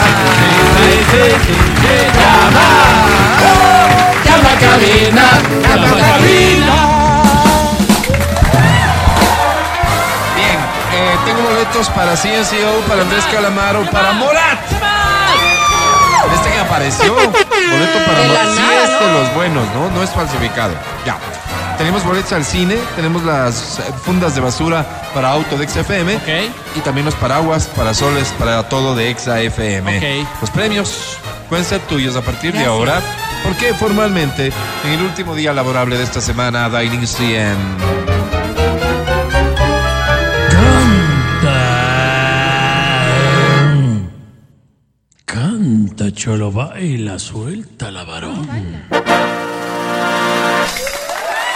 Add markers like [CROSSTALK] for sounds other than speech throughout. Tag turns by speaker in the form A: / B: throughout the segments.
A: cabina. 666, llama. Llama cabina. Llama cabina.
B: Bien, eh, tengo boletos para CSO, para Andrés Calamaro, para Morat. Este que apareció, boleto para
C: De la
B: Morat. Sí
C: nada,
B: es
C: ¿no?
B: de los buenos, ¿no? No es falsificado. Ya. Tenemos boletos al cine, tenemos las eh, fundas de basura para Auto de XFM.
A: Ok.
B: Y también los paraguas, parasoles, para todo de Exa FM.
A: Ok.
B: Los premios pueden ser tuyos a partir de
C: Gracias.
B: ahora, porque formalmente, en el último día laborable de esta semana, da inicio en...
D: Canta, cholo, baila, suelta la varón.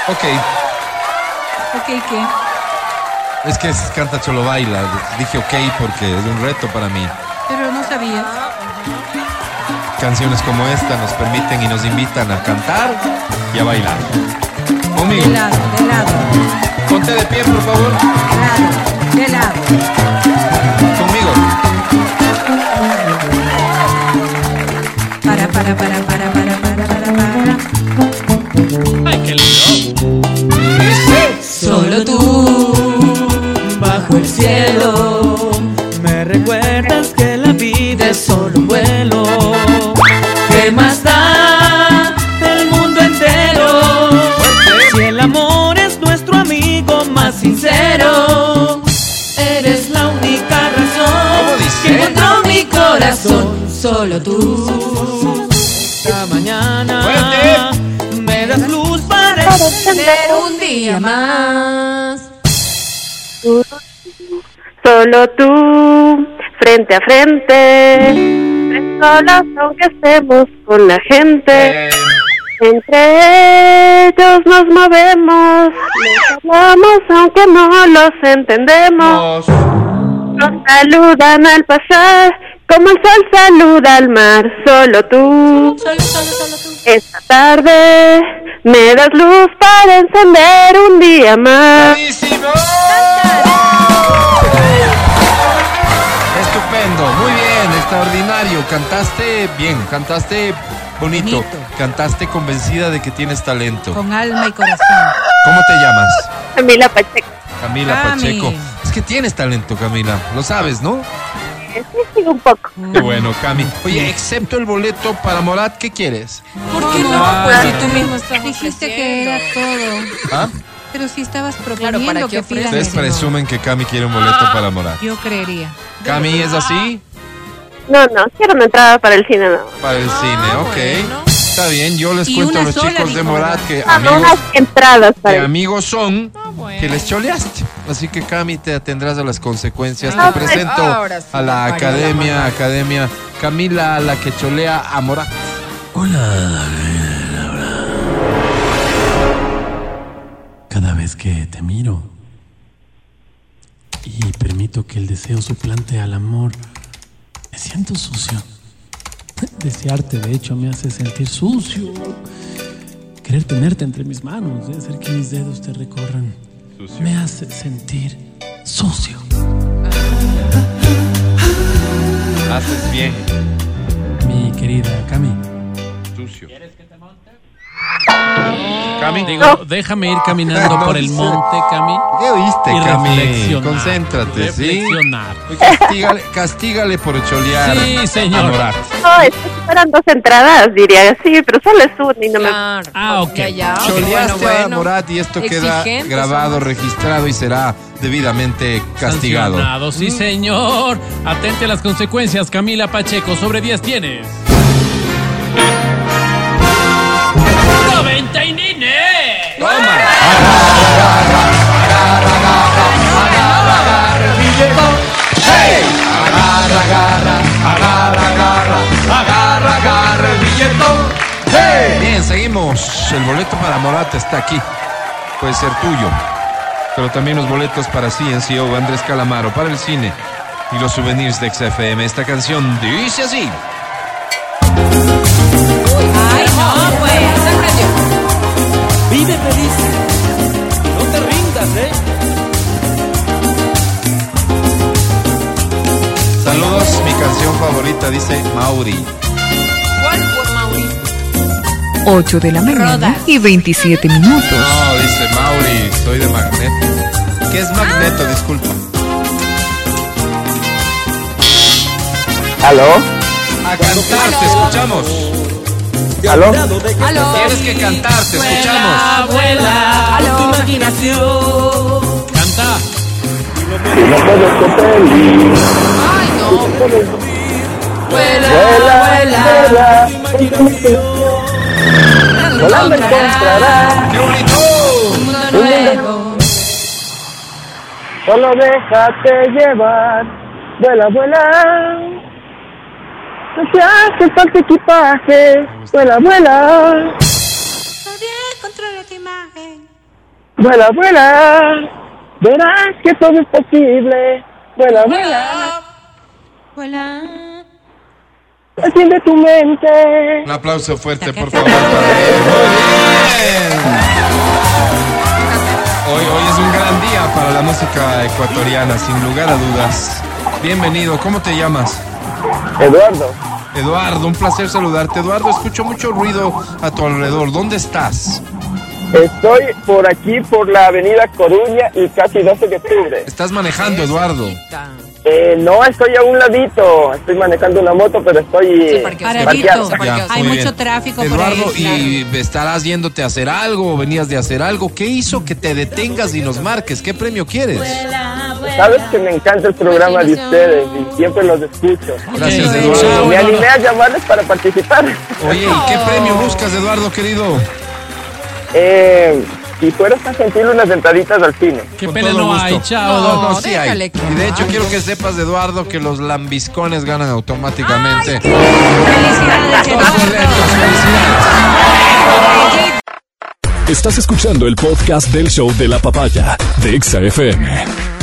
B: Ok,
C: Ok, ¿qué?
B: es que es Canta Cholo Baila. Dije ok porque es un reto para mí.
C: Pero no sabía.
B: Canciones como esta nos permiten y nos invitan a cantar y a bailar.
C: De
B: Conmigo,
C: lado, de lado,
B: ponte de pie, por favor.
C: de lado, de lado.
B: Conmigo.
C: Para, para, para, para, para, para, para, para.
A: Ay, qué lindo.
C: Solo tú, bajo el cielo.
E: Me recuerdas que la vida es solo un vuelo.
C: ¿Qué más da?
E: El mundo entero. Si el amor es nuestro amigo más sincero, eres la única razón
B: dice?
E: que encontró mi corazón.
C: solo tú.
E: Esta mañana
B: Fuerte.
E: me das luz para
C: Tener un día más.
F: Solo tú, frente a frente, tres solas aunque estemos con la gente, entre ellos nos movemos, nos hablamos aunque no los entendemos,
B: Dos.
F: nos saludan al pasar, como el sol saluda al mar, solo tú.
C: Solo, solo, solo tú.
F: Esta tarde me das luz para encender un día más.
B: ¡Buenísimo! Estupendo, muy bien, extraordinario. Cantaste bien, cantaste bonito,
C: Bonito.
B: cantaste convencida de que tienes talento.
C: Con alma y corazón.
B: ¿Cómo te llamas?
F: Camila Pacheco.
B: Camila
C: Cami.
B: Pacheco. Es que tienes talento, Camila, lo sabes, ¿no?
F: Sí, un poco.
B: Qué bueno, Cami. Oye, excepto el boleto para Morat, ¿qué quieres?
C: ¿Por qué
A: no?
C: no? Pues si tú mismo estabas
G: Dijiste
C: Dijiste
G: que
C: que era todo.
B: ¿Ah,
C: Pero si estabas
G: Claro,
C: proponiendo
G: ¿para qué
C: que
G: ofreces?
C: pidan
B: Ustedes
C: eso.
B: presumen que Cami quiere un boleto para Morat.
C: Yo creería.
B: Cami es así
F: No, no, quiero una entrada para el cine, no.
B: para el cine, ok. Está bien, yo les
C: Y
B: cuento a
C: una
B: los
C: sola,
B: chicos de
C: dijo,
B: Morat
C: ¿verdad?
B: que
F: Ah, no,
B: amigos
F: unas entradas
B: que
F: para el
B: amigos son que les choleaste. Así que Cami te atendrás a las consecuencias. Te presento
G: ahora sí,
B: a la
G: papá, que la
B: academia,
G: mamá.
B: academia Camila, la que cholea a Morat.
D: Cada vez que te miro y permito que el deseo suplante al amor, me siento sucio. Desearte, de hecho, me hace sentir sucio. Querer tenerte entre mis manos, eh, hacer que mis dedos te recorran, me hace sentir sucio.
B: Haces bien,
D: Mi querida Cami.
B: sucio. Cami,
D: Digo, déjame ir caminando por el monte, Cami.
B: ¿qué oíste,
D: Y
B: Cami?
D: reflexionar.
B: Concéntrate, ¿sí?
D: Reflexionar.
B: Castígale, castígale por cholear
D: Sí, señor.
B: a Morat.
F: No, estoy esperando dos entradas, diría. Sí, pero solo es una y no me.
G: Claro.
D: Ah, ok.
G: Ya, ya. ok,
B: Choleaste
G: bueno,
B: a
G: bueno.
B: Morat y esto queda
G: Exigentes
B: grabado,
G: somos.
B: registrado y será debidamente castigado. Mm.
D: Sancionado, Sí, señor. Atente a las consecuencias, Camila Pacheco. Sobre 10 tienes. 90 y nine.
B: ¡Toma! Bien, seguimos. El boleto para Morata está aquí. Puede ser tuyo. Pero también los boletos para CNCO, Andrés Calamaro, para el cine y los souvenirs de XFM. Esta canción dice así.
C: Ay, no, pues. Esa canción.
E: Vive feliz. No te rindas, ¿eh?
B: Saludos, mi canción favorita, dice Mauri.
C: ¿Cuál fue, Mauricio?
G: 8 de la mañana
C: Rodas.
G: y 27 minutos.
B: No, dice Mauri, soy de Magneto. ¿Qué es
E: Ah.
B: Magneto? Disculpa.
H: ¿Aló?
B: A Ah, cantar, te escuchamos.
H: ¿Aló?
C: Aló.
B: Tienes que cantar, te escuchamos.
E: Abuela,
C: Aló.
E: tu imaginación.
A: Canta.
H: Si no puedes con feliz,
C: Ay, no.
H: vuela, vuela, volando
C: Encontrarás
H: encontrarás,
B: ¡Qué bonito!
C: un mundo nuevo.
H: solo déjate llevar, vuela, vuela. No te hace falta equipaje, vuela, vuela,
C: Todavía controla tu imagen.
H: vuela, vuela. Verás que todo es posible, vuela, vuela.
C: Hola.
H: Enciende tu mente.
B: Un aplauso fuerte, por favor. para él. Muy bien. Hoy, hoy es un gran día para la música ecuatoriana, sin lugar a dudas. Bienvenido, ¿cómo te llamas?
H: Eduardo,
B: Eduardo, un placer saludarte. Eduardo, escucho mucho ruido a tu alrededor. ¿Dónde estás?
H: estoy por aquí, por la avenida Coruña y casi 12 de octubre.
B: Estás manejando, Eduardo.
H: Eh, no, estoy a un ladito. Estoy manejando una moto, pero estoy... eh,
C: Paradito.
H: Parqueado.
B: Ya,
C: Hay
B: muy
C: mucho
B: bien.
C: tráfico por
B: Eduardo,
C: ahí,
B: y estarás yéndote a hacer algo, o venías de hacer algo. ¿Qué hizo que te detengas y nos marques? ¿Qué premio quieres?
H: Sabes que me encanta el programa de ustedes y siempre los escucho. Eh,
B: Gracias,
A: Ok,
B: Eduardo.
A: chao,
H: Me
A: Eduardo.
H: animé a llamarles para participar. [LAUGHS]
B: Oye, ¿y qué premio buscas, Eduardo, querido?
H: Eh, si fueras tan gentil, unas entraditas al cine.
D: Qué
B: Con
D: pena
B: todo
D: no
B: gusto.
D: hay, chao.
B: No, no,
D: Eduardo.
B: sí hay.
C: déjale que
B: Y de hecho
C: vaya.
B: quiero que sepas, Eduardo, que los lambiscones ganan automáticamente.
C: Felicidades,
B: Dos boletos,
C: Eduardo.
B: felicidades.
I: Estás escuchando el podcast del show de la papaya de Exa FM.